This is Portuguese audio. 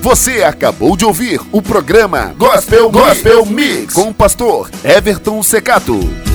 Você acabou de ouvir o programa Gospel Gospel Mix com o pastor Everton Secato.